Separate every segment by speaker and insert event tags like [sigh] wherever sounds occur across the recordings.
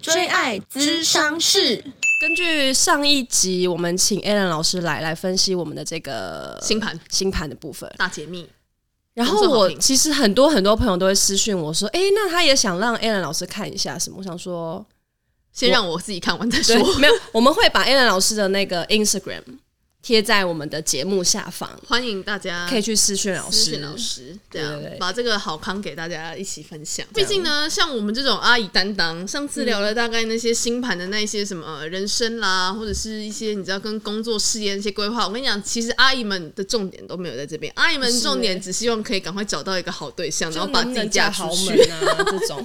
Speaker 1: 追爱咨商室。
Speaker 2: 根据上一集，我们请 Alan 老师来来分析我们的这个
Speaker 3: 星盘
Speaker 2: 星盘的部分。
Speaker 3: 大解密，
Speaker 2: 然
Speaker 3: 工
Speaker 2: 后
Speaker 3: 作好
Speaker 2: 我
Speaker 3: 评
Speaker 2: 其实很多很多朋友都会私讯我说：“哎、那他也想让 Alan 老师看一下什么？”我想说，
Speaker 3: 先让我自己看完再
Speaker 2: 对
Speaker 3: 说。，
Speaker 2: 没有，我们会把 Alan 老师的那个 Instagram 贴在我们的节目下方，
Speaker 3: [laughs] 欢迎大家
Speaker 2: 可以去私讯老
Speaker 3: 啊私
Speaker 2: 师。
Speaker 3: 讯老师，这样
Speaker 2: 对对对
Speaker 3: 把这个好康给大家一起分享。
Speaker 2: 这
Speaker 3: 毕
Speaker 2: 样嗯
Speaker 3: 竟呢，像我们这种阿姨担当，上次聊了大概那些星盘的那一些什么呃人生啦，或者是一些你知道跟工作事业那些规划。我跟你讲，其实阿姨们的重点都没有在这边，阿姨们
Speaker 2: 是
Speaker 3: 重点
Speaker 2: 欸
Speaker 3: 只希望可以赶快找到一个好对象，
Speaker 2: 就
Speaker 3: 然后把
Speaker 2: 能不
Speaker 3: 自己
Speaker 2: 能嫁
Speaker 3: 嫁出
Speaker 2: 豪
Speaker 3: 去
Speaker 2: 门。啊，这种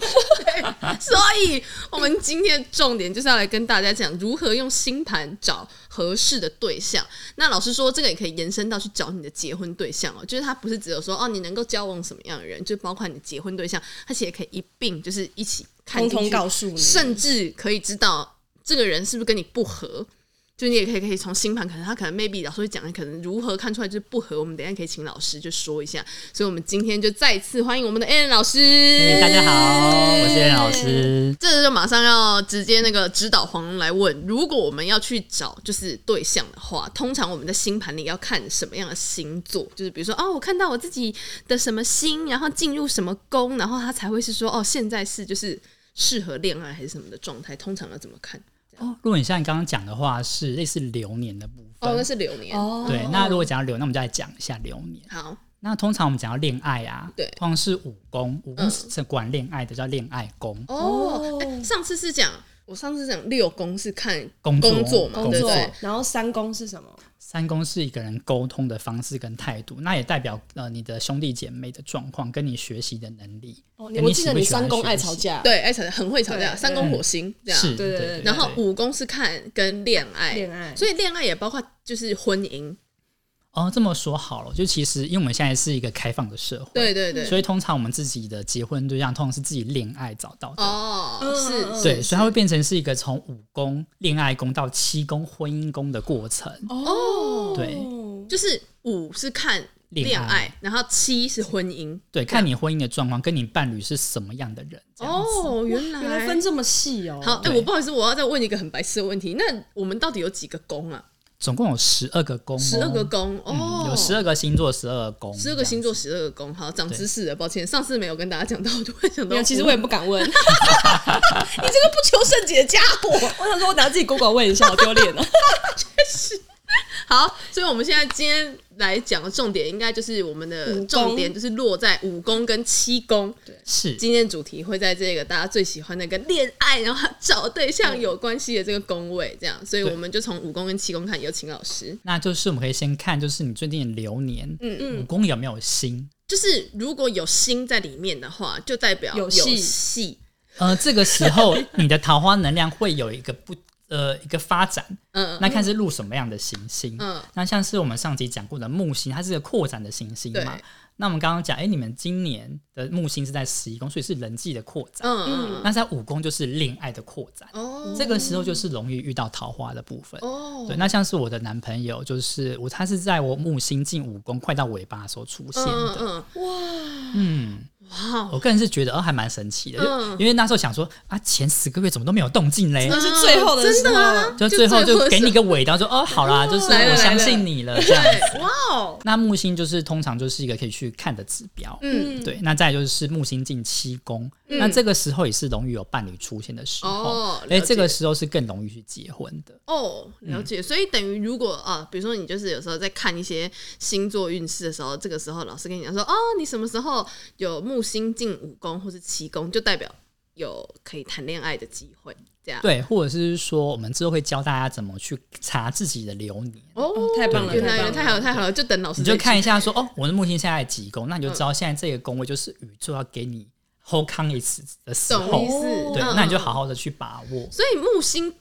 Speaker 3: 所以，我们今天的重点就是要来跟大家讲如何用星盘找合适的对象。那老师说，这个也可以延伸到去找你的结婚对象哦，就是他不是只有说哦，你能够交往什么样的人，就包括你的结婚对象，他其实也可以一并就是一起 [laughs] 看
Speaker 2: 通
Speaker 3: 进
Speaker 2: 通
Speaker 3: 去
Speaker 2: 告诉你。
Speaker 3: 甚至可以知道这个人是不是跟你不合。就你也可以可以从星盘，可能他可能 maybe 老师会讲，哎可能如何看出来就是不合。我们等一下可以请老师就说一下。所以，我们今天就再次欢迎我们的 a n 老师。
Speaker 4: 哎大家好，我是任老师。
Speaker 3: 这就马上要直接那个指导黄龙来问，如果我们要去找就是对象的话，通常我们在星盘里要看什么样的星座？就是比如说，哦，我看到我自己的什么星，然后进入什么宫，然后他才会是说，哦，现在是就是适合恋爱还是什么的状态？通常要怎么看？
Speaker 4: 哦，如果你像你刚刚讲的话，是类似流年的部分。
Speaker 3: 哦，那是流年。
Speaker 2: 哦
Speaker 4: 对，那如果讲到流，那我们就来讲一下流年。
Speaker 3: 好，
Speaker 4: 那通常我们讲到恋爱啊，
Speaker 3: 对嗯
Speaker 4: 通常是五宫，五宫是管恋爱的，叫恋爱宫。
Speaker 3: 哦，哎、上次是讲。我上次讲六宫是看
Speaker 4: 工作
Speaker 3: 嘛，
Speaker 4: 工
Speaker 2: 工
Speaker 3: 对不
Speaker 2: 作
Speaker 3: 对？，
Speaker 2: 然后三公是什么？
Speaker 4: 三宫是一个人沟通的方式跟态度，那也代表呃你的兄弟姐妹的状况，跟你学习的能力。
Speaker 2: 哦
Speaker 4: 跟
Speaker 2: 我
Speaker 4: 喜
Speaker 2: 记得
Speaker 4: 不
Speaker 2: 你
Speaker 4: 哎喜欢
Speaker 2: 三公
Speaker 4: 学
Speaker 2: 爱
Speaker 4: 习
Speaker 2: 吵。架，啊
Speaker 3: 对，爱吵很会吵架，
Speaker 2: 对
Speaker 3: 三宫火星这样。
Speaker 2: 对
Speaker 4: 是，
Speaker 2: 对对
Speaker 4: 对
Speaker 2: 对
Speaker 4: 对。
Speaker 3: 然后五宫是看跟恋爱，
Speaker 2: 恋爱
Speaker 3: 所以恋爱也包括就是婚姻，
Speaker 4: 哦，这么说好了，就其实因为我们现在是一个开放的社会，
Speaker 2: 嗯
Speaker 3: 对对对，
Speaker 4: 所以通常我们自己的结婚对象通常是自己恋爱找到的。
Speaker 3: 哦
Speaker 2: 嗯嗯
Speaker 3: 是，
Speaker 4: 对，
Speaker 3: 是
Speaker 4: 所以它会变成是一个从五宫恋爱宫到七宫婚姻宫的过程。
Speaker 2: 哦
Speaker 4: 对
Speaker 3: 就是五是看恋
Speaker 4: 恋
Speaker 3: 爱
Speaker 4: 爱，
Speaker 3: 然后七是婚姻，
Speaker 4: 对，看你婚姻的状况，跟你伴侣是什么样的人。这样子
Speaker 3: 哦，原
Speaker 2: 原来分这么细哦。
Speaker 3: 好，哎，
Speaker 4: 对
Speaker 3: 我不好意思，我要再问一个很白痴的问题，那我们到底有几个宫啊？
Speaker 4: 总共有十二个宫、哦，
Speaker 3: 十二个宫哦
Speaker 4: 嗯，有十二个星座，十二个宫，
Speaker 3: 十二个星座，十二个宫，好，长知识了，抱歉，上次没有跟大家讲到，我突然想
Speaker 2: 没
Speaker 3: 到，
Speaker 2: 有，其实我也不敢问， [laughs] 我
Speaker 3: 你这个不求甚解的家伙，
Speaker 2: 想说我等下自己 Google 问一下，好丢脸
Speaker 3: [laughs] 啊
Speaker 2: 哦。
Speaker 3: 好，所以我们现在今天来讲的重点，应该就是我们
Speaker 2: 武
Speaker 3: 的
Speaker 2: 功
Speaker 3: 重点就是落在五宫跟七宫。
Speaker 4: 是
Speaker 3: 今天主题会在这个大家最喜欢的跟恋爱，然后找对象有关系的这个宫位，这样，所以我们就从五宫跟七宫看。有请老师，
Speaker 4: 那就是我们可以先看，就是你最近的流年，
Speaker 3: 嗯
Speaker 4: 五宫有没有星？
Speaker 3: 就是如果有心在里面的话，就代表
Speaker 2: 有戏
Speaker 3: 戏。戏
Speaker 4: 呃，这个
Speaker 3: [laughs]
Speaker 4: 时候你的桃花能量会有一个不呃一个发展，
Speaker 3: 嗯
Speaker 4: 那看是入什么样的行星。
Speaker 3: 嗯
Speaker 4: 那像是我们上集讲过的木星，它是个扩展的行星嘛
Speaker 3: 对。
Speaker 4: 那我们刚刚讲，哎、你们今年的木星是在十一宫，所以是人际的扩展。
Speaker 3: 嗯嗯
Speaker 4: 那在五宫就是恋爱的扩展。
Speaker 3: 哦
Speaker 4: 这个时候就是容易遇到桃花的部分。
Speaker 3: 哦
Speaker 4: 对，那像是我的男朋友，就是我，他是在我木星进五宫快到尾巴的时候出现
Speaker 3: 嗯
Speaker 4: 的。
Speaker 3: 嗯嗯
Speaker 4: 嗯，
Speaker 3: 哇
Speaker 4: 我个人是觉得，哦，还蛮神奇的，
Speaker 3: 嗯
Speaker 4: 就因为那时候想说，啊，前十个月怎么都没有动静嘞，
Speaker 2: 那是最后的
Speaker 3: 真
Speaker 2: 时
Speaker 3: 的
Speaker 2: 候
Speaker 3: 啊，
Speaker 4: 就最后就给你一
Speaker 3: 个
Speaker 4: 个尾刀，说，哦，好啦，就是
Speaker 3: 来了
Speaker 4: 我相
Speaker 3: 来了
Speaker 4: 信你了，这样子。
Speaker 3: 哇哦
Speaker 4: 那木星就是通常就是一个可以去看的指标。
Speaker 3: 嗯
Speaker 4: 对，那再来就是木星进七宫，那这个时候也是容易有伴侣出现的时候，
Speaker 3: 哦了
Speaker 4: 哎，这个
Speaker 3: 解
Speaker 4: 时候是更容易去结婚的。
Speaker 3: 哦，了解。所以等于如果啊，比如说你就是有时候在看一些星座运势的时候，这个时候老师跟你讲说，哦，你什么时候有木星进五宫或是七宫，就代表有可以谈恋爱的机会，这样。
Speaker 4: 对，或者是说，我们之后会教大家怎么去查自己的流年，
Speaker 3: 哦
Speaker 2: 太棒了
Speaker 3: 原来原来
Speaker 2: 太棒
Speaker 3: 太好
Speaker 2: 了
Speaker 3: 了，太好了，就等老师
Speaker 4: 你就
Speaker 3: 再去
Speaker 4: 看一下说，哦，我的木星现在几宫，那你就
Speaker 3: 嗯
Speaker 4: 知道现在这个宫位就是宇宙要给你 hold 康一次的时
Speaker 3: 懂意
Speaker 4: 候，
Speaker 3: 思。
Speaker 2: 哦
Speaker 4: 对，
Speaker 3: 嗯
Speaker 4: 那你就
Speaker 3: 嗯
Speaker 4: 好好的去把握。
Speaker 3: 所以木星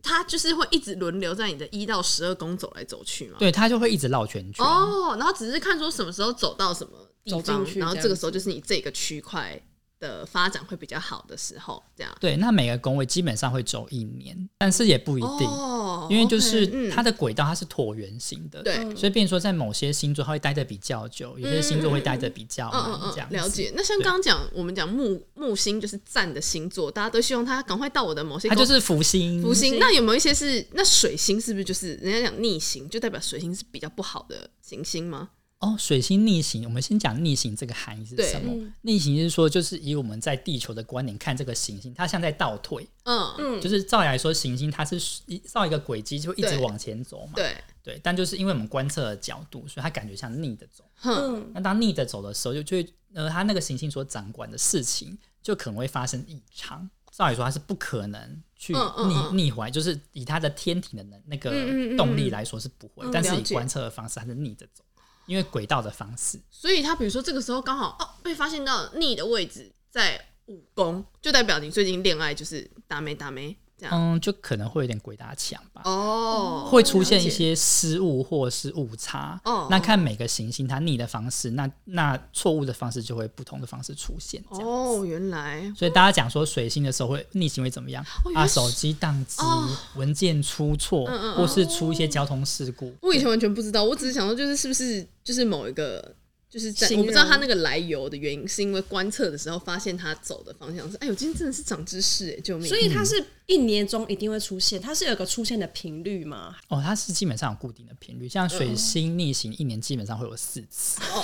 Speaker 3: 它就是会一直轮流在你的一到十二宫走来走去嘛。
Speaker 4: 对，它就会一直绕圈圈。
Speaker 3: 哦，然后只是看说什么时候走到什么地
Speaker 2: 啊走进
Speaker 3: 方
Speaker 2: 去，
Speaker 3: 然后
Speaker 2: 这
Speaker 3: 这个
Speaker 2: 样
Speaker 3: 时候就是你这个区块的发展会比较好的时候，这样。
Speaker 4: 对，那每个宫位基本上会走一年，但是也不一定。
Speaker 3: 哦哦，
Speaker 4: 因为就嗯
Speaker 3: OK，嗯
Speaker 4: 是它的轨道它是椭圆形的，
Speaker 3: 对，
Speaker 4: 所以变成说在某些星座它会待的比较久，有些星座会待的比较
Speaker 3: 嗯
Speaker 4: 慢，
Speaker 3: 嗯
Speaker 4: 这样
Speaker 3: 嗯，
Speaker 4: 子
Speaker 3: 了解。那像刚刚讲，我们讲木木星就是占的星座，大家都希望它赶快到我的某些
Speaker 4: 它
Speaker 3: 宫。
Speaker 4: 就是嗯福星，
Speaker 3: 福星，那有没有一些是那水星是不是就是人家讲逆行，就代表水星是比较不好的行星吗？
Speaker 4: 哦，水星逆行，我们先讲逆行这个含义是
Speaker 3: 对嗯
Speaker 4: 什么？逆行是说，就是以我们在地球的观点看这个行星，它像在倒退，
Speaker 3: 嗯，
Speaker 1: 嗯
Speaker 4: 就是照理来说，行星它是一照一个轨迹就一直
Speaker 3: 对
Speaker 4: 往前走嘛，
Speaker 3: 对，
Speaker 4: 对。但就是因为我们观测的角度，所以它感觉像逆着走。
Speaker 1: 嗯
Speaker 4: 那当逆着走的时候，就就会呃，它那个行星所掌管的事情，就可能会发生异常。照理说，它是不可能去逆、
Speaker 3: 嗯嗯嗯
Speaker 4: 逆回来，就是以它的天体的能那个
Speaker 3: 嗯嗯嗯嗯
Speaker 4: 动力来说是不会，
Speaker 3: 嗯
Speaker 4: 但是
Speaker 3: 了
Speaker 4: 以
Speaker 3: 解
Speaker 4: 观测的方式，它是逆着走，因为轨道的方式。
Speaker 3: 所以他比如说这个时候刚好哦被发现到逆的位置在五宫，就代表你最近恋爱就是打没打没这样。
Speaker 4: 嗯，就可能会有点鬼打墙吧，
Speaker 3: 哦，
Speaker 4: 嗯会出现
Speaker 3: 了解
Speaker 4: 一些失误或是误差。
Speaker 3: 哦
Speaker 4: 那看每个行星它逆的方式，那那错误的方式就会不同的方式出现。这样，
Speaker 3: 哦，原来
Speaker 4: 所以大家讲说水星的时候会逆行会怎么样？
Speaker 3: 哦原来
Speaker 4: 啊，
Speaker 3: 是
Speaker 4: 手机宕机、
Speaker 3: 哦
Speaker 4: 文件出错，
Speaker 3: 嗯嗯嗯
Speaker 4: 或是出一些交通事故。
Speaker 3: 我以前完全不知道，我只是想说就是是不是就是某一个。就是在
Speaker 2: 形
Speaker 3: 我
Speaker 2: 容
Speaker 3: 不知道他那个来由的原因，是因为观测的时候发现他走的方向是，哎呦，今天真的是长知识哎，救命！
Speaker 2: 所以它是一年中一定会出现，它是有个出现的频率嘛？
Speaker 4: 哦，它是基本上有固定的频率，
Speaker 3: 嗯
Speaker 4: 像水星逆行一年基本上会有四
Speaker 3: [laughs]
Speaker 4: 次，
Speaker 3: 好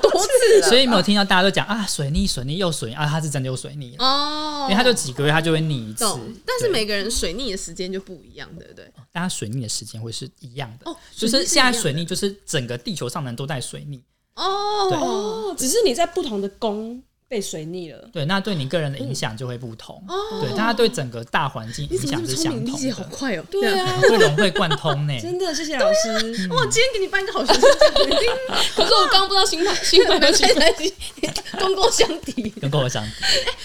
Speaker 3: 多
Speaker 2: 啊
Speaker 3: 次
Speaker 4: 所以没有听到大家都讲啊水逆水逆又水逆啊，它是真的又水逆了，
Speaker 3: 哦
Speaker 4: 因，为它就几个月它就会逆一次
Speaker 3: 懂，。但是
Speaker 4: 对
Speaker 3: 每个人水逆的时间就不一样，对不对？
Speaker 4: 大家水逆的时间会是一样的，
Speaker 3: 哦
Speaker 4: 就
Speaker 3: 水逆
Speaker 4: 是
Speaker 3: 是
Speaker 4: 现在
Speaker 3: 一样
Speaker 4: 水逆就是整个地球上的人都在水逆，对
Speaker 3: 哦，
Speaker 2: 哦，只是你在不同的宫被水逆了。
Speaker 4: 对，那对你个人的影响就会不同，对，大家对整个大环境
Speaker 3: 哦你
Speaker 4: 影
Speaker 3: 怎么这么
Speaker 4: 响是
Speaker 3: 聪
Speaker 4: 相
Speaker 3: 明，理
Speaker 4: 同
Speaker 3: 解好
Speaker 4: 的，
Speaker 3: 快哦？
Speaker 2: 对
Speaker 3: 这样，
Speaker 2: 啊，
Speaker 4: [laughs] 会融会贯
Speaker 3: [laughs]
Speaker 4: 通呢。
Speaker 2: 真的谢谢老师。
Speaker 3: 哇，今天给你颁一个好学生奖，你今天
Speaker 1: 可是我刚不知道新版新版的
Speaker 3: 功过相抵。
Speaker 4: 跟跟我讲，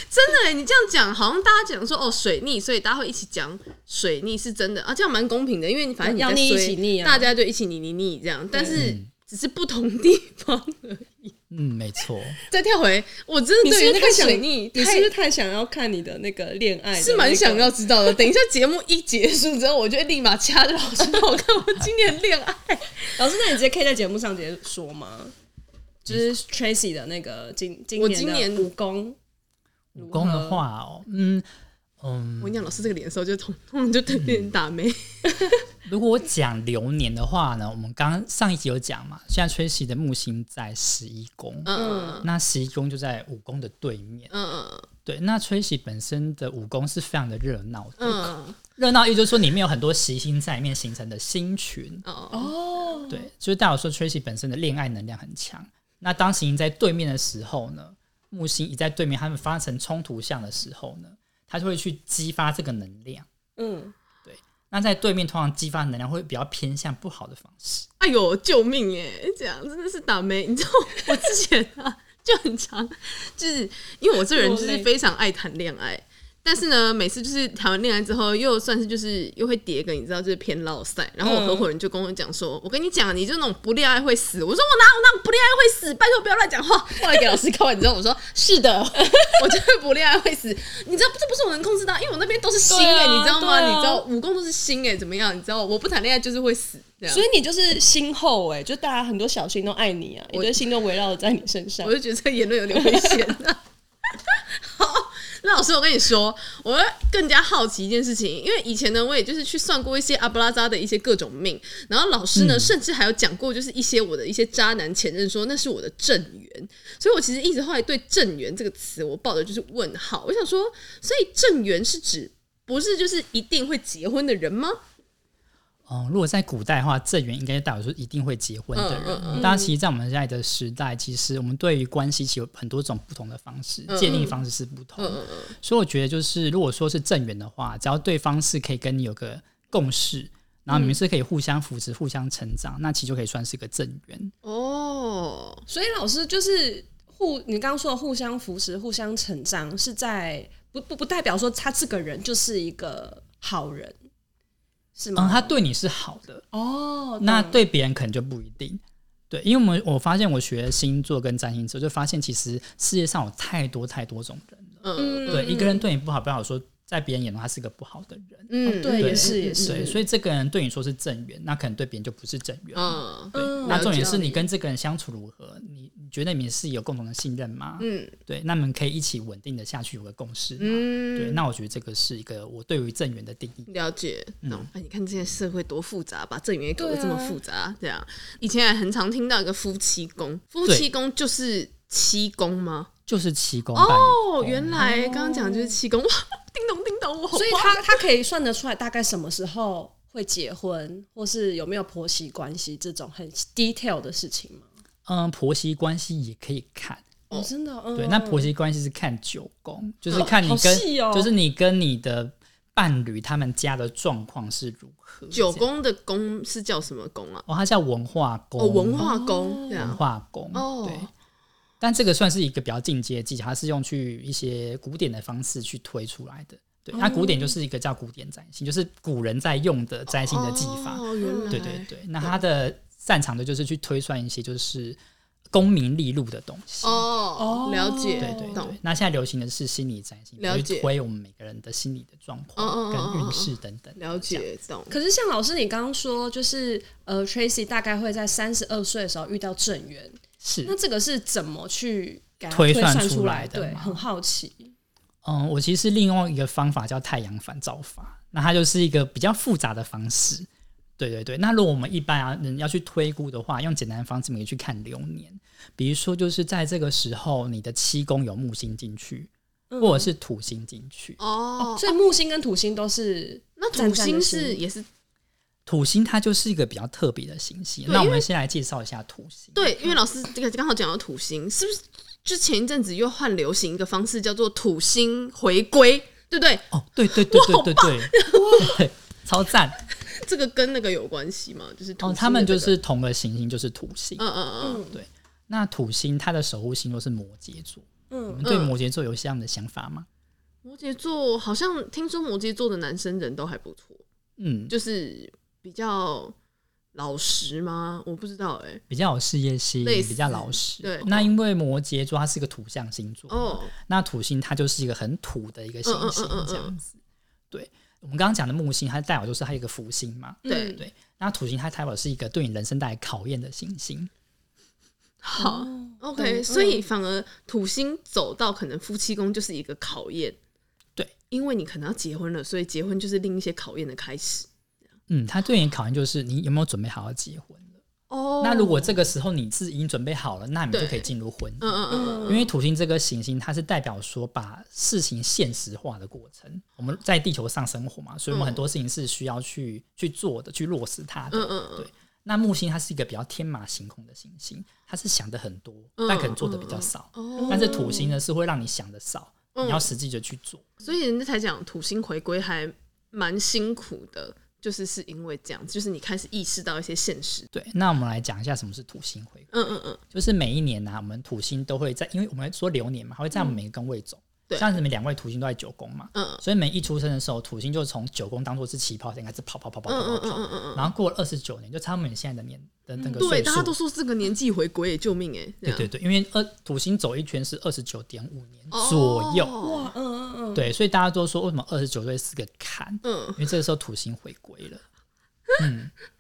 Speaker 3: 真的欸，你这样讲，好像大家讲说哦水逆，所以大家会一起讲水逆是真的啊，这样蛮公平的，因为你反正你
Speaker 2: 要
Speaker 3: 在
Speaker 2: 逆一
Speaker 3: 衰
Speaker 2: 起逆啊
Speaker 3: 大家就一起逆嗯逆逆这样，但是只是不同地方而已。
Speaker 4: [laughs] 嗯，没错，
Speaker 3: 再跳回，我真的对于
Speaker 2: 那
Speaker 3: 看
Speaker 2: 个想
Speaker 3: 水逆
Speaker 2: 你
Speaker 3: 太
Speaker 2: 是不是太想要看你的那个恋爱的那个？
Speaker 3: 是蛮想要知道的。等一下节目一结束之后，我就会立马掐着老师帮我看我今年的恋爱。
Speaker 2: [laughs] 老师，那你直接可以在节目上直接说吗？就是 Tracy 的那个今今
Speaker 3: 我
Speaker 2: 年
Speaker 3: 今年
Speaker 2: 的武功，
Speaker 4: 武功的话哦，嗯嗯
Speaker 3: [laughs] 我，跟你讲，老师这个脸的时候就痛痛，就对脸打眉。
Speaker 4: 如果我讲流年的话呢，我们刚刚上一集有讲嘛，现在崔西的木星在十一宫，
Speaker 3: 嗯
Speaker 4: 那十一宫就在五宫的对面
Speaker 3: 嗯，嗯
Speaker 4: 对，那崔西本身的五宫是非常的热闹的，
Speaker 3: 嗯
Speaker 4: 热闹，也就是说里面有很多习星在里面形成的星群，
Speaker 3: 哦，
Speaker 4: 对，就是代表说 Tracy 本身的恋爱能量很强。那当行星在对面的时候呢，木星一在对面，他们发生冲突相的时候呢，它就会去激发这个能量。
Speaker 2: 嗯，
Speaker 4: 那在对面通常激发能量会比较偏向不好的方式。
Speaker 3: 哎呦，救命耶！这样真的是打眉。 [laughs] 你知道我之前啊就很常，就是因为我这个人就是非常爱谈恋爱。但是呢，每次就是谈完恋爱之后，又算是就是又会叠个，你知道，就是偏落赛。然后我合伙人就跟我讲说：“我跟你讲，啊你就那种不恋爱会死。”我说：“我哪有那种不恋爱会死？拜托不要乱讲话。”后来给老师看完之后，我说：“是的，我就会不恋爱会死。你知道，这不是我能控制到，因为我那边都是心
Speaker 2: 对
Speaker 3: 哎、
Speaker 2: 啊
Speaker 3: 你知道吗？
Speaker 2: 对啊
Speaker 3: 你知道武功都是心哎、怎么样？你知道，我不谈恋爱就是会死。这样
Speaker 2: 所以你就是星后哎、就大家很多小星都爱你啊，一堆星都围绕在你身上
Speaker 3: 我。就觉得这个言论有点危险、啊 [laughs] 好，那老师，我跟你说，我更加好奇一件事情，因为以前呢，我也就是去算过一些阿布拉扎的一些各种命，然后老师呢，甚至还有讲过，就是一些我的一些渣男前任说那是我的正缘，所以我其实一直后来对正缘这个词，我抱的就是问号。我想说，所以正缘是指不是就是一定会结婚的人吗？
Speaker 4: 嗯，如果在古代的话，正缘应该代表说一定会结婚的人。
Speaker 3: 嗯
Speaker 4: 大家其实，在我们现在的时代，其实我们对于关系其实有很多种不同的方式，
Speaker 3: 嗯
Speaker 4: 界定方式是不同的。所以我觉得，就是如果说是正缘的话，只要对方是可以跟你有个共识，然后
Speaker 3: 嗯
Speaker 4: 你们是可以互相扶持、互相成长，那其实就可以算是个正缘。
Speaker 3: 哦，
Speaker 2: 所以老师就是互，你刚刚说的互相扶持、互相成长，是在不不不代表说他这个人就是一个好人，是吗？
Speaker 4: 嗯，他对你是好的，
Speaker 2: 哦，
Speaker 4: 那
Speaker 2: 懂
Speaker 4: 对别人可能就不一定。对，因为我们我发现我学星座跟占星之后，就发现其实世界上有太多太多种人。
Speaker 3: 嗯，
Speaker 4: 对，一个人对你不好，不好说在别人眼中他是个不好的人。
Speaker 3: 嗯，
Speaker 2: 哦对，
Speaker 4: 对
Speaker 2: 也是也
Speaker 4: 对，
Speaker 2: 是，
Speaker 4: 所以这个人对你说是正缘，那可能对别人就不是正缘。
Speaker 3: 嗯
Speaker 4: 对，
Speaker 2: 嗯
Speaker 4: 那
Speaker 3: 了
Speaker 4: 重点
Speaker 3: 解
Speaker 4: 是你跟这个人相处如何？你你觉得你们是有共同的信任吗？
Speaker 3: 嗯
Speaker 4: 对，那你们可以一起稳定的下去，有个共识吗？
Speaker 3: 嗯，
Speaker 4: 对，那我觉得这个是一个我对于正缘的定义。
Speaker 3: 了解，
Speaker 4: 嗯
Speaker 3: 那、哎，你看现在社会多复杂，把正缘也搞得
Speaker 2: 对啊
Speaker 3: 这么复杂，这样以前还很常听到一个夫妻宫，夫妻宫就是七宫吗？
Speaker 4: 就是七宫伴
Speaker 3: 哦，
Speaker 4: 侣宫
Speaker 3: 原来刚刚讲的就是七宫，哇，叮咚叮咚，我好
Speaker 2: 所以
Speaker 3: 棒
Speaker 2: 他他可以算得出来大概什么时候会结婚，或是有没有婆媳关系这种很 detail 的事情吗？
Speaker 4: 嗯，婆媳关系也可以看。
Speaker 2: 哦，真的，嗯，
Speaker 4: 对，那
Speaker 2: 嗯
Speaker 4: 婆媳关系是看九宫，就是
Speaker 2: 哦
Speaker 4: 看你
Speaker 2: 好
Speaker 4: 跟、
Speaker 2: 细哦
Speaker 4: 就是你跟你的伴侣他们家的状况是如何。
Speaker 3: 九
Speaker 4: 这样
Speaker 3: 宫的宫是叫什么宫啊？
Speaker 4: 哦，它叫文化宫，
Speaker 3: 哦，文化宫这
Speaker 4: 文
Speaker 3: 样，
Speaker 4: 化宫
Speaker 3: 哦
Speaker 4: 对。但这个算是一个比较进阶的技巧，它是用去一些古典的方式去推出来的。对，它
Speaker 3: 哦
Speaker 4: 古典就是一个叫古典占星，就是古人在用的占星的技法。
Speaker 3: 哦，原来
Speaker 4: 对对对，那他的擅长的就是去推算一些就是功名利禄的东西。
Speaker 3: 哦
Speaker 2: 哦，
Speaker 3: 了解，
Speaker 4: 对对
Speaker 3: 懂
Speaker 4: 对，，那现在流行的是心理占星，
Speaker 3: 了解
Speaker 4: 去推我们每个人的心理的状
Speaker 3: 嗯嗯
Speaker 4: 况
Speaker 3: 嗯
Speaker 4: 跟
Speaker 3: 嗯嗯
Speaker 4: 运势等等。
Speaker 3: 了解，懂，
Speaker 2: 嗯可是像老师你刚刚说，就是呃，Tracy 大概会在三十二岁的时候遇到正缘，
Speaker 4: 是
Speaker 2: 那，这个是怎么去给他
Speaker 4: 推算
Speaker 2: 算
Speaker 4: 出
Speaker 2: 来
Speaker 4: 来的
Speaker 2: 对，
Speaker 4: 吗
Speaker 2: 很好奇。
Speaker 4: 嗯，我其实另外一个方法叫太阳反照法，那它就是一个比较复杂的方式。对对对，那如果我们一般啊人要去推估的话，用简单的方式我们可以去看流年，比如说就是在这个时候，你的七宫有木星进去，或者是土星进去。
Speaker 3: 嗯哦，
Speaker 2: 所以木星跟土星都是
Speaker 3: 那土
Speaker 2: 战战
Speaker 3: 星
Speaker 2: 的
Speaker 3: 是
Speaker 2: 星
Speaker 3: 也是
Speaker 4: 土星它就是一个比较特别的行星，
Speaker 3: 对
Speaker 4: 那我
Speaker 3: 因
Speaker 4: 们先来介绍一下土星。
Speaker 3: 对，因为老师这个刚好讲到土星，是不是？之前一阵子又换流行一个方式，叫做土星回归，对不对？
Speaker 4: 哦，对对对对对对，对，超赞！
Speaker 3: 这个跟那个有关系嘛？就是土星的这个、
Speaker 4: 哦，他们就是同个行星，就是土星。
Speaker 3: 嗯嗯嗯，
Speaker 2: 嗯
Speaker 4: 那土星它的守护星又是摩羯座，你
Speaker 2: 嗯
Speaker 4: 们对
Speaker 3: 嗯
Speaker 4: 摩羯座有这样的想法吗？
Speaker 3: 摩羯座好像听说摩羯座的男生人都还不错，
Speaker 4: 嗯，
Speaker 3: 就是比较老实吗？我不知道哎、
Speaker 4: 比较有事业心，
Speaker 3: 类似
Speaker 4: 比较老实。
Speaker 3: 对嗯
Speaker 4: 那因为摩羯座它是一个土象星座， [laughs]
Speaker 3: 哦，
Speaker 4: 那土星它就是一个很土的一个行星
Speaker 3: 嗯嗯嗯嗯嗯，
Speaker 4: 这样子。对，我们刚刚讲的木星，它代表就是它有一个福星嘛。
Speaker 3: 对
Speaker 2: 嗯
Speaker 4: 对，那土星它代表是一个对你人生带来考验的行星。
Speaker 3: 好、o k
Speaker 2: 懂
Speaker 3: 哦所以
Speaker 2: 嗯
Speaker 3: 反而土星走到可能夫妻宫就是一个考验，
Speaker 4: 对，
Speaker 3: 因为你可能要结婚了，所以结婚就是另一些考验的开始。
Speaker 4: 嗯，它对你的考验就是你有没有准备好要结婚了。
Speaker 3: 哦
Speaker 4: 那如果这个时候你是已经准备好了，那你们就可以进入婚
Speaker 3: 嗯
Speaker 4: 姻。
Speaker 3: 嗯嗯
Speaker 4: 因为土星这个行星，它是代表说把事情现实化的过程。我们在地球上生活嘛，所以我们很多事情是需要去去做的，去落实它的。
Speaker 3: 嗯嗯嗯
Speaker 4: 对。那木星它是一个比较天马行空的行星，它是想的很多，
Speaker 3: 嗯
Speaker 4: 但可能做的比较少。
Speaker 3: 哦
Speaker 4: 但是土星呢，是会让你想的少，
Speaker 3: 嗯
Speaker 4: 你要实际的去做。
Speaker 3: 所以人家才讲土星回归还蛮辛苦的，就是是因为这样，就是你开始意识到一些现实。
Speaker 4: 对，那我们来讲一下什么是土星回归。
Speaker 3: 嗯嗯嗯，
Speaker 4: 就是每一年呢、啊我们土星都会在，因为我们说流年嘛，它会在我们每个宫位走。
Speaker 3: 嗯对
Speaker 4: 像你们两位土星都在九宫嘛，
Speaker 3: 嗯
Speaker 4: 所以每一出生的时候，土星就从九宫当做是起跑点，开始跑跑跑跑跑跑
Speaker 3: 嗯嗯
Speaker 4: 跑，
Speaker 3: 嗯嗯嗯，
Speaker 4: 然后过了二十九年，就差我们现在的年的那个
Speaker 3: 对，
Speaker 4: 岁
Speaker 3: 大家都
Speaker 4: 数。
Speaker 3: 说这个年纪回归，救命哎、这
Speaker 4: 对
Speaker 3: 样
Speaker 4: 对对，因为二土星走一圈是二十九点五年
Speaker 3: 哦
Speaker 4: 左右，
Speaker 2: 哇，嗯嗯嗯，
Speaker 4: 对，所以大家都说为什么二十九岁是个坎，
Speaker 3: 嗯
Speaker 4: 因，为这个时候土星回归了。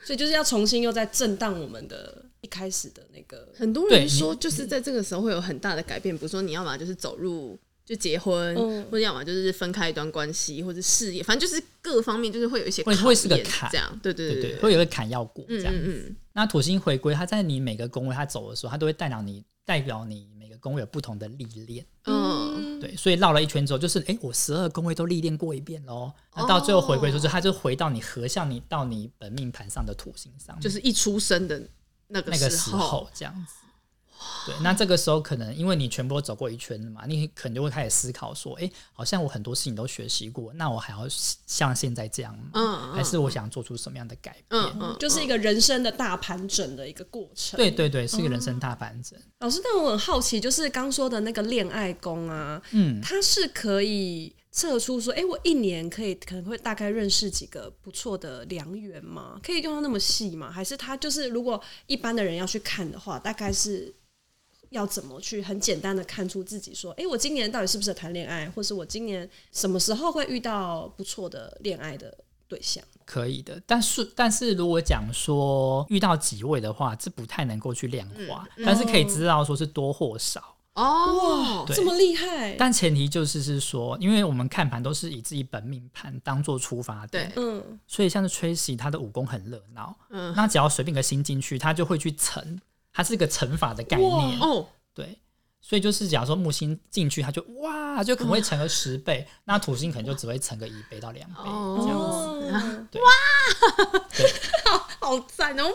Speaker 2: 所以就是要重新又再震荡我们的一开始的那个，
Speaker 3: 很多
Speaker 4: 对
Speaker 3: 人
Speaker 4: 你
Speaker 3: 说就是在这个时候会有很大的改变，比如说你要么就是走入就结婚，
Speaker 2: 嗯
Speaker 3: 或者要么就是分开一段关系，或者事业，反正就是各方面就是会有一些
Speaker 4: 会
Speaker 3: 考
Speaker 4: 会是个
Speaker 3: 验
Speaker 4: 坎
Speaker 3: 这样，对对
Speaker 4: 对
Speaker 3: 对
Speaker 4: 对，会有个坎要过这
Speaker 3: 嗯
Speaker 4: 样子。
Speaker 3: 嗯嗯，
Speaker 4: 那土星回归，它在你每个宫位它走的时候，它都会代表你代表你每个宫位有不同的历练。
Speaker 3: 嗯，
Speaker 4: 对，所以绕了一圈之后，就是哎，诶我十二宫位都历练过一遍喽。那到最后回归
Speaker 3: 哦
Speaker 4: 就是，它就回到你合向你到你本命盘上的土星上面，
Speaker 3: 就是一出生的那个
Speaker 4: 那个时候这样子。对，那这个时候可能因为你全部都走过一圈了嘛，你可能就会开始思考说，哎、好像我很多事情都学习过，那我还要像现在这样吗？
Speaker 3: 嗯嗯
Speaker 4: 还是我想做出什么样的改变？
Speaker 3: 嗯嗯，
Speaker 2: 就是一个人生的大盘整的一个过程。
Speaker 4: 对对对，是一个人生大反转。
Speaker 2: 老师，但我很好奇，就是刚说的那个恋爱宫啊，
Speaker 4: 嗯，
Speaker 2: 它是可以测出说，哎、我一年可以可能会大概认识几个不错的良缘吗？可以用到那么细吗？还是它就是如果一般的人要去看的话，大概是要怎么去很简单的看出自己说，诶，我今年到底适不适合谈恋爱，或是我今年什么时候会遇到不错的恋爱的对象？
Speaker 4: 可以的，但是但是如果讲说遇到几位的话，这不太能够去量化，
Speaker 3: 嗯
Speaker 4: 但是可以知道说是多或少。
Speaker 3: 哦，
Speaker 4: 对
Speaker 2: 这么厉害，
Speaker 4: 但前提就是是说，因为我们看盘都是以自己本命盘当做出发点
Speaker 3: 对，，
Speaker 2: 嗯，
Speaker 4: 所以像是 Tracy 他的武功很热闹，
Speaker 3: 嗯
Speaker 4: 那只要随便一个心进去，他就会去乘，它是一个乘法的概念，
Speaker 3: 哦，
Speaker 4: 对。所以就是，假如说木星进去，他就哇，就可能会乘个
Speaker 3: [laughs]
Speaker 4: 十倍，那土星可能就只会乘个一倍到两倍。
Speaker 3: 哦
Speaker 4: 这样
Speaker 2: 哦，
Speaker 3: 好赞哦！哇，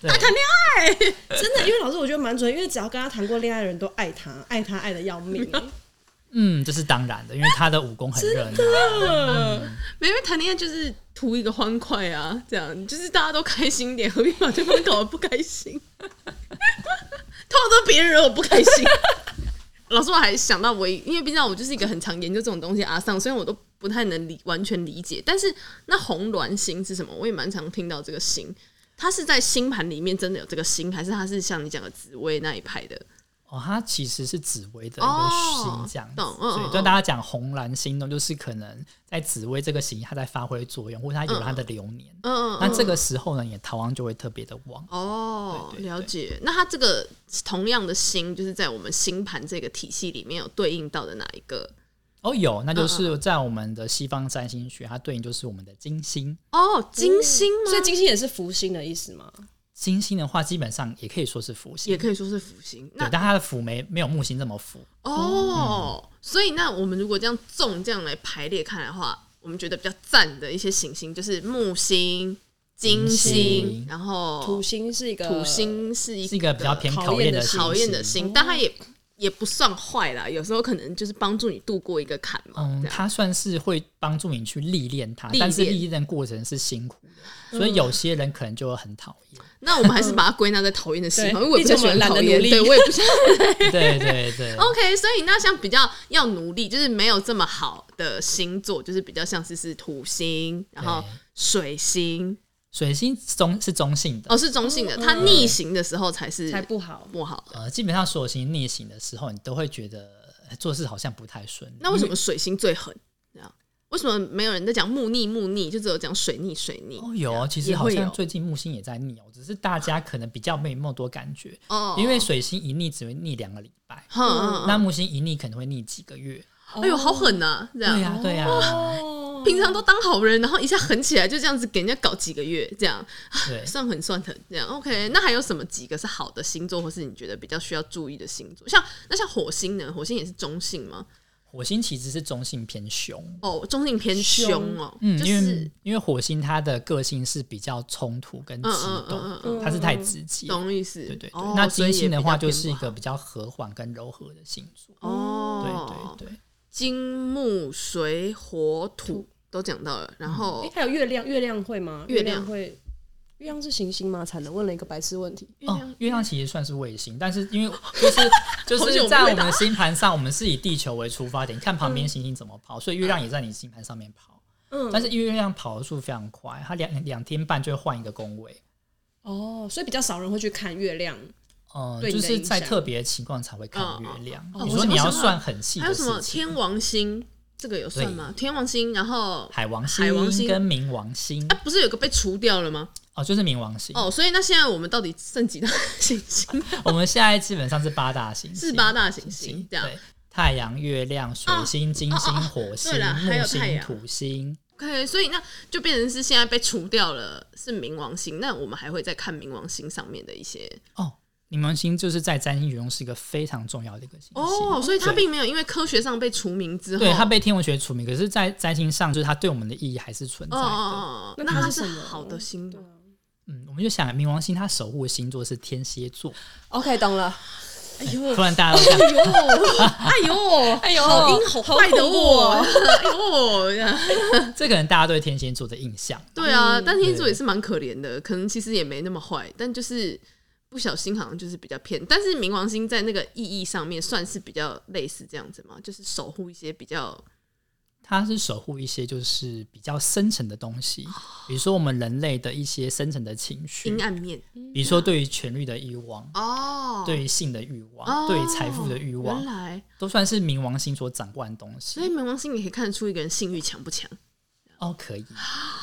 Speaker 4: 对，
Speaker 2: 真的，因为老师我觉得蛮准，因为只要跟他谈过恋爱的人都爱他，爱他爱的要
Speaker 3: [laughs]
Speaker 2: 命。
Speaker 4: 嗯，这是当然的，因为他的武功很热闹。
Speaker 3: 没因为谈恋爱就是图一个欢快啊，这样就是大家都开心一点，何必把对方搞得不开心？ [laughs] 通常都是别人惹我不开心。 [laughs] 老师，我还想到我一，因为毕竟我就是一个很常研究这种东西的阿尚，虽然我都不太能理完全理解，但是那红鸾星是什么？我也蛮常听到这个星，它是在星盘里面真的有这个星，还是它是像你讲的紫薇那一派的？
Speaker 4: 哦，它其实是紫薇的一个星这样子，
Speaker 3: 哦哦懂嗯
Speaker 4: 所
Speaker 3: 嗯
Speaker 4: 以
Speaker 3: 嗯
Speaker 4: 对大家讲红蓝星呢，就是可能在紫薇这个星，它在发挥作用，或者它有它的流年。
Speaker 3: 嗯，
Speaker 4: 那这个时候呢，也逃亡就会特别的旺。
Speaker 3: 哦，
Speaker 4: 对对对
Speaker 3: 了解。那它这个同样的星，就是在我们星盘这个体系里面有对应到的哪一个？
Speaker 4: 哦，有，那
Speaker 3: 嗯
Speaker 4: 就是在我们的西方占星学，它对应就是我们的金星。
Speaker 3: 哦，金星吗？
Speaker 2: 所以金星也是福星的意思吗？
Speaker 4: 金星的话，基本上也可以说是福星，
Speaker 3: 也可以说是福星。
Speaker 4: 对嗯
Speaker 3: 那，
Speaker 4: 但它的福没没有木星这么福。
Speaker 3: 哦，所以那我们如果这样纵这样来排列看的话，我们觉得比较赞的一些行星就是木星、金
Speaker 4: 金
Speaker 3: 星
Speaker 4: 星，
Speaker 3: 然后
Speaker 2: 土星是一个
Speaker 3: 哦土星是一
Speaker 4: 是一个比较偏
Speaker 2: 讨
Speaker 4: 考
Speaker 2: 厌
Speaker 4: 验
Speaker 2: 的
Speaker 4: 的
Speaker 2: 星
Speaker 3: 讨厌的
Speaker 4: 星。
Speaker 3: 星，但它也也不算坏啦，有时候可能就是帮助你度过一个坎嘛
Speaker 4: 嗯，。
Speaker 3: 这样
Speaker 4: 它算是会帮助你去历练它，
Speaker 3: 历
Speaker 4: 但是
Speaker 3: 练嗯
Speaker 4: 历练过程是辛苦的，所以有些人可能就会很讨厌。
Speaker 3: 那我们还是把它归纳在讨厌的星，
Speaker 2: 对
Speaker 3: 好因为我也不太喜欢
Speaker 2: 毕竟我们懒
Speaker 3: 讨
Speaker 2: 得
Speaker 3: 厌，
Speaker 2: 努力
Speaker 3: 对我也不想。，
Speaker 4: 对对对
Speaker 3: OK，所以那像比较要努力，就是没有这么好的星座，就是比较像是是土星，然后
Speaker 4: 对
Speaker 3: 水星，
Speaker 4: 水星中是中性的，
Speaker 3: 哦是中性的，它逆行的时候才是
Speaker 2: 嗯才不好。
Speaker 3: 不好的。
Speaker 4: 呃，基本上所有行星逆行的时候，你都会觉得呃做事好像不太顺利。
Speaker 3: 那为什么水星最狠？这样为什么没有人在讲木逆木逆，就只有讲水逆水逆？
Speaker 4: 哦，有哦，其
Speaker 3: 也
Speaker 4: 实好
Speaker 3: 会
Speaker 4: 像
Speaker 3: 有
Speaker 4: 最近木星也在逆哦，只是大家可能比较没那么多感觉，
Speaker 3: 哦
Speaker 4: 因为水星一逆只会逆两个礼拜，
Speaker 3: 哼嗯
Speaker 4: 那木星一逆可能会逆几个月。
Speaker 3: 嗯哎呦好狠呐、这样
Speaker 2: 啊
Speaker 4: 对。呀，对啊呀，
Speaker 2: 哦，
Speaker 3: 平常都当好人，然后一下狠起来，就这样子给人家搞几个月，这样
Speaker 4: 对。
Speaker 3: 算狠算狠，这样 OK。那还有什么几个是好的星座，或是你觉得比较需要注意的星座？像那像火星呢？火星也是中性吗？
Speaker 4: 火星其实是中性偏凶。
Speaker 3: 哦，中性偏凶哦，
Speaker 4: 嗯，
Speaker 3: 就
Speaker 4: 因
Speaker 3: 是
Speaker 4: 为因为火星它的个性是比较冲突跟激
Speaker 3: 嗯嗯
Speaker 4: 动
Speaker 3: 嗯嗯
Speaker 2: 嗯
Speaker 4: 的，它是太直接。
Speaker 3: 懂意思。
Speaker 4: 对对对
Speaker 3: 哦，
Speaker 4: 那
Speaker 3: 所以也
Speaker 4: 金星的
Speaker 3: 比较
Speaker 4: 话就
Speaker 3: 偏
Speaker 4: 是一
Speaker 3: 不好
Speaker 4: 个比较和缓跟柔和的星座。
Speaker 3: 哦，
Speaker 4: 对对对，
Speaker 3: 金木水火土都讲到了，然
Speaker 2: 哎
Speaker 4: 嗯
Speaker 3: 后，
Speaker 2: 还有月亮，月亮会吗？
Speaker 3: 哦月
Speaker 2: 月
Speaker 3: 亮
Speaker 2: 亮会，月亮是行星吗？惨了，问了一个白痴问题。
Speaker 4: 哦，月亮其实算是卫星，但是因为就是
Speaker 3: [laughs]
Speaker 4: 就
Speaker 3: 同学
Speaker 4: 是
Speaker 3: 我们
Speaker 4: 在
Speaker 3: 会
Speaker 4: 我们的星盘上，我们是以地球为出发点，看旁边行星怎么跑，所以月亮也在你星盘上面跑。
Speaker 2: 嗯
Speaker 4: 但是因为月亮跑的速度非常快，它两两天半就会换一个宫位，
Speaker 2: 哦，所以比较少人会去看月亮。
Speaker 4: 嗯，
Speaker 2: 对你
Speaker 4: 就
Speaker 2: 的
Speaker 4: 是
Speaker 2: 影
Speaker 4: 在
Speaker 2: 响
Speaker 4: 特别情况才会看
Speaker 3: 哦
Speaker 4: 月亮。
Speaker 3: 哦
Speaker 4: 你
Speaker 3: 我
Speaker 4: 说
Speaker 3: 想
Speaker 4: 你要
Speaker 3: 我想到
Speaker 4: 算很细
Speaker 3: 还
Speaker 4: 的
Speaker 3: 有什么
Speaker 4: 事情，
Speaker 3: 天王星？这个有算吗？天王星，然后
Speaker 4: 海王
Speaker 3: 海王星
Speaker 4: 星跟冥王星
Speaker 3: 啊，不是有个被除掉了吗？
Speaker 4: 哦，就是冥王星。
Speaker 3: 哦，所以那现在我们到底剩几大行
Speaker 4: [laughs]
Speaker 3: 星？
Speaker 4: 我们现在基本上是八大行星，
Speaker 3: 是八大行星这样。哦
Speaker 4: 对，太阳、月亮、水星、金星、火星、
Speaker 3: 对啦还有
Speaker 4: 木
Speaker 3: 太
Speaker 4: 星、
Speaker 3: 阳
Speaker 4: 土星。
Speaker 3: OK，所以那就变成是现在被除掉了，是冥王星。那我们还会再看冥王星上面的一些
Speaker 4: 哦，冥王星就是在占星学中是一个非常重要的一个行星。
Speaker 3: 哦，所以它哦
Speaker 4: 对
Speaker 3: 并没有因为科学上被除名之后，
Speaker 4: 对，它被天文学除名，可是，在占星上，就是它对我们的意义还是存在
Speaker 3: 哦
Speaker 4: 的。
Speaker 3: 哦哦，
Speaker 2: 那
Speaker 3: 那它
Speaker 2: 它
Speaker 3: 是哦
Speaker 2: 是什么
Speaker 3: 好的星吗，
Speaker 4: 嗯，我们就想冥王星，它守护的星座是天蝎座。
Speaker 2: OK，懂了。哎呦，
Speaker 3: 哦
Speaker 4: 突然大家都想，
Speaker 3: 哎呦，
Speaker 2: 哎呦，
Speaker 3: 好阴好哦坏的我，
Speaker 2: 我，
Speaker 3: 哎呦，
Speaker 4: 这可能大家对天蝎座的印象。
Speaker 3: [laughs] 对啊，但天蝎座也是蛮可怜的，可能其实也没那么坏，但就是不小心好像就是比较偏。但是冥王星在那个意义上面算是比较类似这样子嘛，就是守护一些比较
Speaker 4: 它是守护一些就是比较深层的东
Speaker 3: 哦
Speaker 4: 西，比如说我们人类的一些深层的情绪
Speaker 3: 阴，暗面
Speaker 4: 比如说对于权力的欲望，
Speaker 3: 哦哦，
Speaker 4: 对于性的欲望，
Speaker 3: 哦，
Speaker 4: 对于财富的欲望
Speaker 3: 原，来，
Speaker 4: 都算是冥王星所掌管的东
Speaker 3: 所以
Speaker 4: 西。
Speaker 3: 冥王星也可以看得出一个人性欲强不强，
Speaker 4: 哦，可以，
Speaker 3: 啊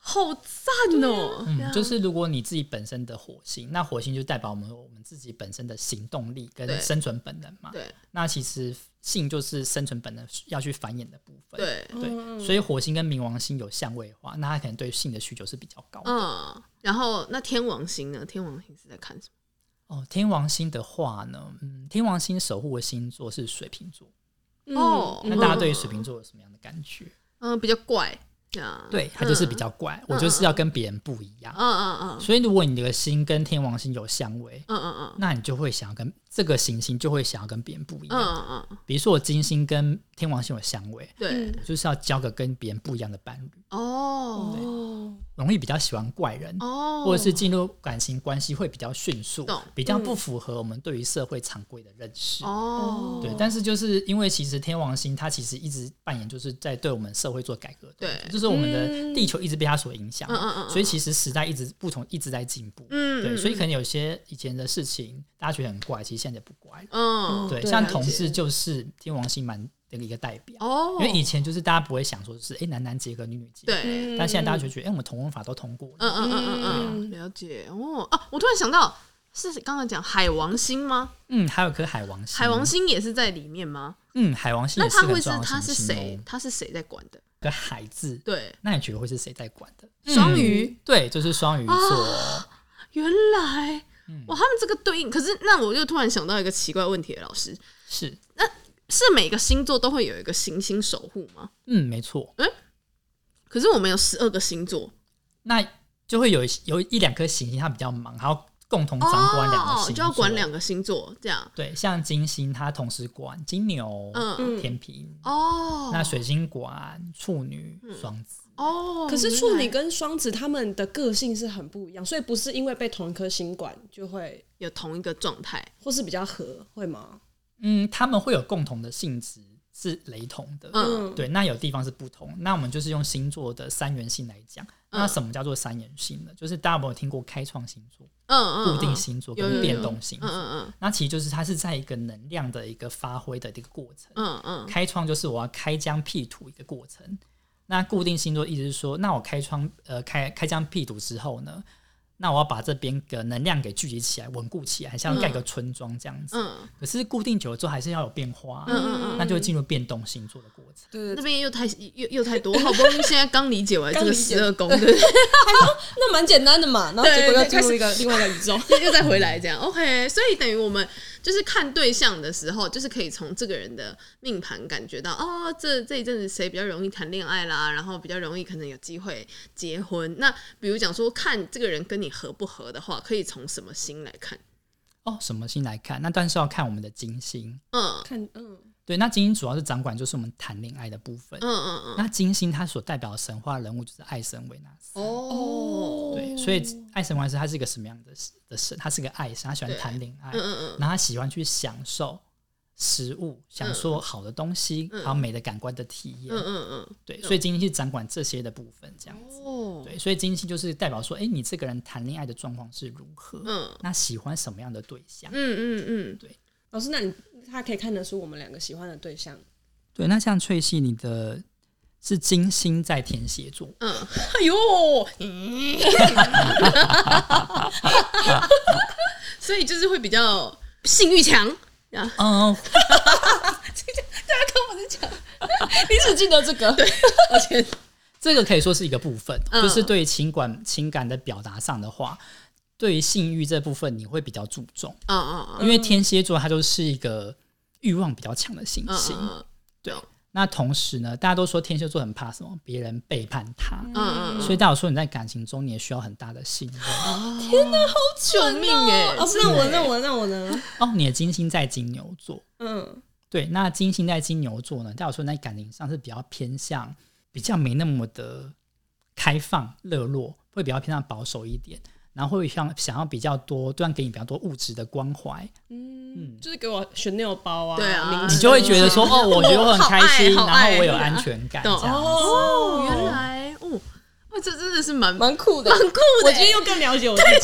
Speaker 3: 好赞哦！对
Speaker 4: 嗯
Speaker 3: 啊，
Speaker 4: 就是如果你自己本身的火星，那火星就代表我们我们自己本身的行动力
Speaker 3: 对
Speaker 4: 跟生存本能嘛。
Speaker 3: 对
Speaker 4: 那其实性就是生存本能要去繁衍的部分。
Speaker 3: 对，
Speaker 4: 对，所以火星跟冥王星有相位的话，那他可能对性的需求是比较高的。
Speaker 3: 嗯，然后那天王星呢？天王星是在看什么？
Speaker 4: 哦，天王星的话呢，嗯，天王星守护的星座是水瓶座。
Speaker 3: 哦
Speaker 2: 嗯
Speaker 4: 那大家对于水瓶座有什么样的感觉？
Speaker 3: 嗯，比较怪，这样
Speaker 4: 对，他就是比，较怪，我就是要跟别人不一样。
Speaker 3: 嗯嗯嗯
Speaker 4: 所以，如果你的星跟天王星有相位，
Speaker 3: 嗯嗯嗯
Speaker 4: 那你就会想要跟这个行星就会想要跟别人不一
Speaker 3: 嗯
Speaker 4: 样。
Speaker 3: 嗯嗯，
Speaker 4: 比如说，我金星跟天王星有相位，
Speaker 3: 对，
Speaker 4: 我就是要交个跟别人不一样的伴侣，
Speaker 3: 哦
Speaker 2: 哦，
Speaker 4: 容易比较喜欢怪人，
Speaker 3: 哦，
Speaker 4: 或者是进入感情关系会比较迅速
Speaker 3: 懂，嗯
Speaker 4: 比较不符合我们对于社会常规的认识。
Speaker 3: 哦，
Speaker 4: 对，但是就是因为其实天王星它其实一直扮演就是在对我们社会做改革的动作，
Speaker 3: 对
Speaker 4: 就是我们的地球一直被它所影响，
Speaker 3: 嗯嗯嗯嗯
Speaker 4: 所以其实时代一直不同，一直在进步，
Speaker 3: 嗯
Speaker 4: 对，
Speaker 3: 嗯
Speaker 4: 所以可能有些以前的事情大家觉得很怪，其实现在就不怪了，
Speaker 3: 嗯，
Speaker 4: 对，
Speaker 2: 对
Speaker 4: 像
Speaker 2: 了解
Speaker 4: 同志就是天王星蛮的一个代表，
Speaker 3: 哦，
Speaker 4: 因为以前就是大家不会想说是哎、诶男男结合女女结合，
Speaker 3: 对，
Speaker 4: 但现在大家就觉得哎、诶我们同婚法都通过了，
Speaker 3: 嗯嗯嗯嗯嗯，了解哦啊，我突然想到，是刚才讲海王星吗？
Speaker 4: 嗯，还有颗海王星，
Speaker 3: 海王，星也是在里面吗？
Speaker 4: 嗯，海王星
Speaker 3: 那
Speaker 4: 也是
Speaker 3: 他会是
Speaker 4: 很重要的
Speaker 3: 他
Speaker 4: 行
Speaker 3: 是
Speaker 4: 星
Speaker 3: 谁
Speaker 4: 哦？，
Speaker 3: 他是谁在管的？
Speaker 4: 个海字，
Speaker 3: 对，
Speaker 4: 那你觉得会是谁在管的？
Speaker 3: 嗯双鱼，啊
Speaker 4: 对，就是双鱼座。
Speaker 3: 原来。
Speaker 4: 嗯
Speaker 3: 哇，他们这个对应，可是那我就突然想到一个奇怪问题了，老师，
Speaker 4: 是，
Speaker 3: 是每个星座都会有一个行星守护吗？
Speaker 4: 嗯，没错。
Speaker 3: 可是我们有十二个星座，
Speaker 4: 那就会有一有一两颗行星它比较忙，还要共同掌管两个星座、
Speaker 3: 哦，就要管两个星座这样。
Speaker 4: 对，像金星它同时管金牛、
Speaker 3: 嗯
Speaker 4: 天平，
Speaker 3: 哦，嗯
Speaker 4: 那水星管处女、双子。
Speaker 3: 哦，
Speaker 2: 可是处女
Speaker 3: 原来
Speaker 2: 跟双子他们的个性是很不一样，所以不是因为被同一颗星管就会，
Speaker 3: 有同一个状态，
Speaker 2: 或是比较合，会吗？
Speaker 4: 嗯，他们会有共同的性质是雷同的。
Speaker 3: 嗯
Speaker 4: 对，那有地方是不同，那我们就是用星座的三元性来讲。那什么叫做三元性呢？就是大家有没有听过开创星座、
Speaker 3: 嗯嗯，嗯
Speaker 4: 固定星座
Speaker 3: 有有
Speaker 4: 跟
Speaker 3: 有
Speaker 4: 变动星
Speaker 3: 嗯
Speaker 4: 座？
Speaker 3: 嗯
Speaker 4: 那其实就是它是在一个能量的一个发挥的一个过程。
Speaker 3: 嗯嗯
Speaker 4: 开创就是我要开疆辟土一个过程。那固定星座意思是说，那我开创呃开开疆辟土之后呢，那我要把这边的能量给聚集起来，稳固起来，像盖个村庄这样子。
Speaker 3: 嗯
Speaker 4: 可是固定久了之后，还是要有变化啊、
Speaker 3: 嗯嗯嗯，
Speaker 4: 那就会进入变动星座的过程。
Speaker 2: 对
Speaker 3: 那边又太又又太多，好不容易现在刚理解完这个
Speaker 2: 刚理解
Speaker 3: 十二宫，对，
Speaker 2: 那蛮简单的嘛，然后结果又进入一个另外一个 [laughs] 宇宙。
Speaker 3: [laughs] 又又再回来这样，OK。所以等于我们就是看对象的时候，就是可以从这个人的命盘感觉到，哦，这这一阵子谁比较容易谈恋爱啦，然后比较容易可能有机会结婚。那比如讲说，看这个人跟你合不合的话，可以从什么星来看？
Speaker 4: 哦，什么星来看？那但是要看我们的金星。
Speaker 3: 嗯
Speaker 2: 看，嗯，
Speaker 4: 对，那金星主要是掌管就是我们谈恋爱的部分。
Speaker 3: 嗯嗯嗯，
Speaker 4: 那金星它所代表的神话人物就是爱神维纳斯。
Speaker 3: 哦，
Speaker 4: 对，所以爱神完是他是一个什么样的的神？他是个爱神，他喜欢
Speaker 3: 对
Speaker 4: 谈恋爱，
Speaker 3: 嗯嗯嗯，
Speaker 4: 然后他喜欢去享受食物，享受好的东西，还有美的感官的体验。
Speaker 3: 嗯嗯嗯，
Speaker 4: 对，所以金星是掌管这些的部分，这样子。
Speaker 3: 哦，
Speaker 4: 对，所以金星就是代表说，哎，你这个人谈恋爱的状况是如何？
Speaker 3: 嗯
Speaker 4: 那喜欢什么样的对象？
Speaker 3: 嗯嗯嗯，
Speaker 2: 老师，那你他可以看得出我们两个喜欢的对 [laughs] 象，
Speaker 4: 对，那像翠系，你的是金星在天
Speaker 3: [laughs]
Speaker 4: 蝎座，
Speaker 3: 嗯，哎呦，嗯所以就是会比较性欲 [laughs] 强。啊，
Speaker 4: 嗯，
Speaker 2: 你只记得这个，对，
Speaker 3: 而且
Speaker 4: 这个可以说是一个部分，
Speaker 3: 嗯
Speaker 4: 就是对于情感情感的表达上的话，对于性欲这部分你会比较注重，
Speaker 3: 啊啊啊，
Speaker 4: 因为天蝎座它就是一个欲望比较强的行
Speaker 3: 嗯
Speaker 4: 星。
Speaker 3: 嗯
Speaker 4: 对，那同时呢，大家都说天蝎座很怕什么，别人背叛他，
Speaker 3: 嗯嗯
Speaker 4: 所以代表说你在感情中你也需要很大的信任。
Speaker 3: 嗯，天哪，好救命哎！
Speaker 2: 老哦师，那我那我那我呢？
Speaker 4: 哦，你的金星在金牛座，
Speaker 2: 嗯，
Speaker 4: 对，那金星在金牛座呢，代表说你在感情上是比较偏向，比较没那么的开放热络，会比较偏向保守一点，然后会想想要比较多，对方给你比较多物质的关怀，
Speaker 2: 就是给我选那种包啊，
Speaker 3: 对啊
Speaker 2: 名
Speaker 3: 嗯
Speaker 4: 你
Speaker 2: 字
Speaker 4: 就会觉得说，
Speaker 3: 嗯
Speaker 4: 哦，我觉得我很开心，
Speaker 3: 我好
Speaker 4: 然
Speaker 2: 哦
Speaker 3: 爱好爱
Speaker 4: 后我有安全感，
Speaker 3: 懂哦
Speaker 4: 这样子。
Speaker 3: 哦，原来哦，哎，这真的是蛮
Speaker 1: 蛮酷
Speaker 2: [laughs]
Speaker 1: 的。
Speaker 3: 酷
Speaker 2: 我今天又更了解我自己了。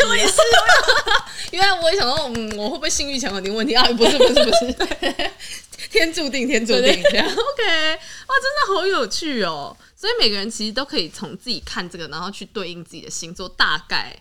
Speaker 3: 原来我也想到，嗯，我会不会性欲强有点问题啊？不是不是不是，天注定，天注定这样。OK，哇，真的好有趣哦！所以每个人其实都可以从自己看这个，然后去对应自己的星座，大概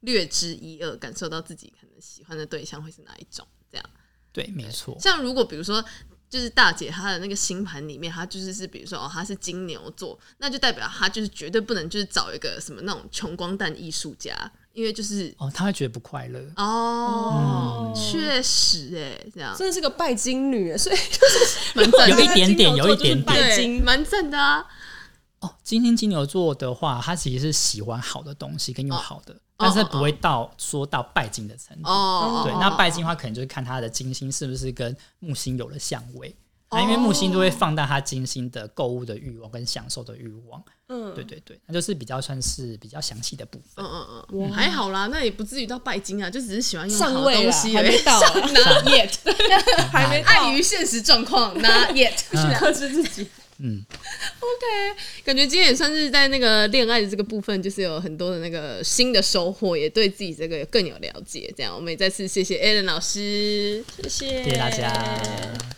Speaker 3: 略知一二，感受到自己可能喜欢的对象会是哪一种。这样，
Speaker 4: 对，没错，
Speaker 3: 像如果比如说。就是大姐她的那个星盘里面，她就是是比如说哦，她是金牛座，那就代表她就是绝对不能就是找一个什么那种穷光蛋艺术家，因为就是
Speaker 4: 哦，他会觉得不快乐。
Speaker 3: 哦，确、实哎、这样
Speaker 2: 真的是个拜金女，所以就是
Speaker 3: 蛮赞
Speaker 4: 有
Speaker 3: 的
Speaker 4: 一，点
Speaker 2: [laughs]
Speaker 4: 点有一点点
Speaker 2: 拜金
Speaker 4: [laughs]
Speaker 3: 对，蛮赞的啊。
Speaker 4: 哦，今天金牛座的话，他其实是喜欢好的东西跟用好的，但是不会到说到拜金的程度。
Speaker 3: 哦，
Speaker 4: 对，那拜金的话，可能就是看他的金星是不是跟木星有了相位。
Speaker 3: 哦
Speaker 4: 那因为木星都会放大他金星的购物的欲望跟享受的欲望，
Speaker 2: 嗯
Speaker 4: 对对对，那就是比较算是比较详细的部
Speaker 3: 嗯
Speaker 4: 分。
Speaker 3: 嗯嗯嗯，还好啦，那也不至于到拜金啊，就只是喜欢用好
Speaker 2: 上
Speaker 3: 的
Speaker 2: 位
Speaker 3: 东
Speaker 2: 了，
Speaker 3: 西
Speaker 2: 还
Speaker 3: 而已
Speaker 2: 没，到啊，
Speaker 3: 拿 yet，
Speaker 2: [laughs] 还没
Speaker 3: 碍
Speaker 2: 到，
Speaker 3: 于现实状况拿 yet。
Speaker 2: [laughs] 克制自己。
Speaker 3: 感觉今天也算是在那个恋爱的这个部分，就是有很多的那个新的收获，也对自己这个更有了解。这样，我们也再次谢谢 Alan 老师。
Speaker 2: 谢谢，
Speaker 3: 哎
Speaker 4: 谢谢大家。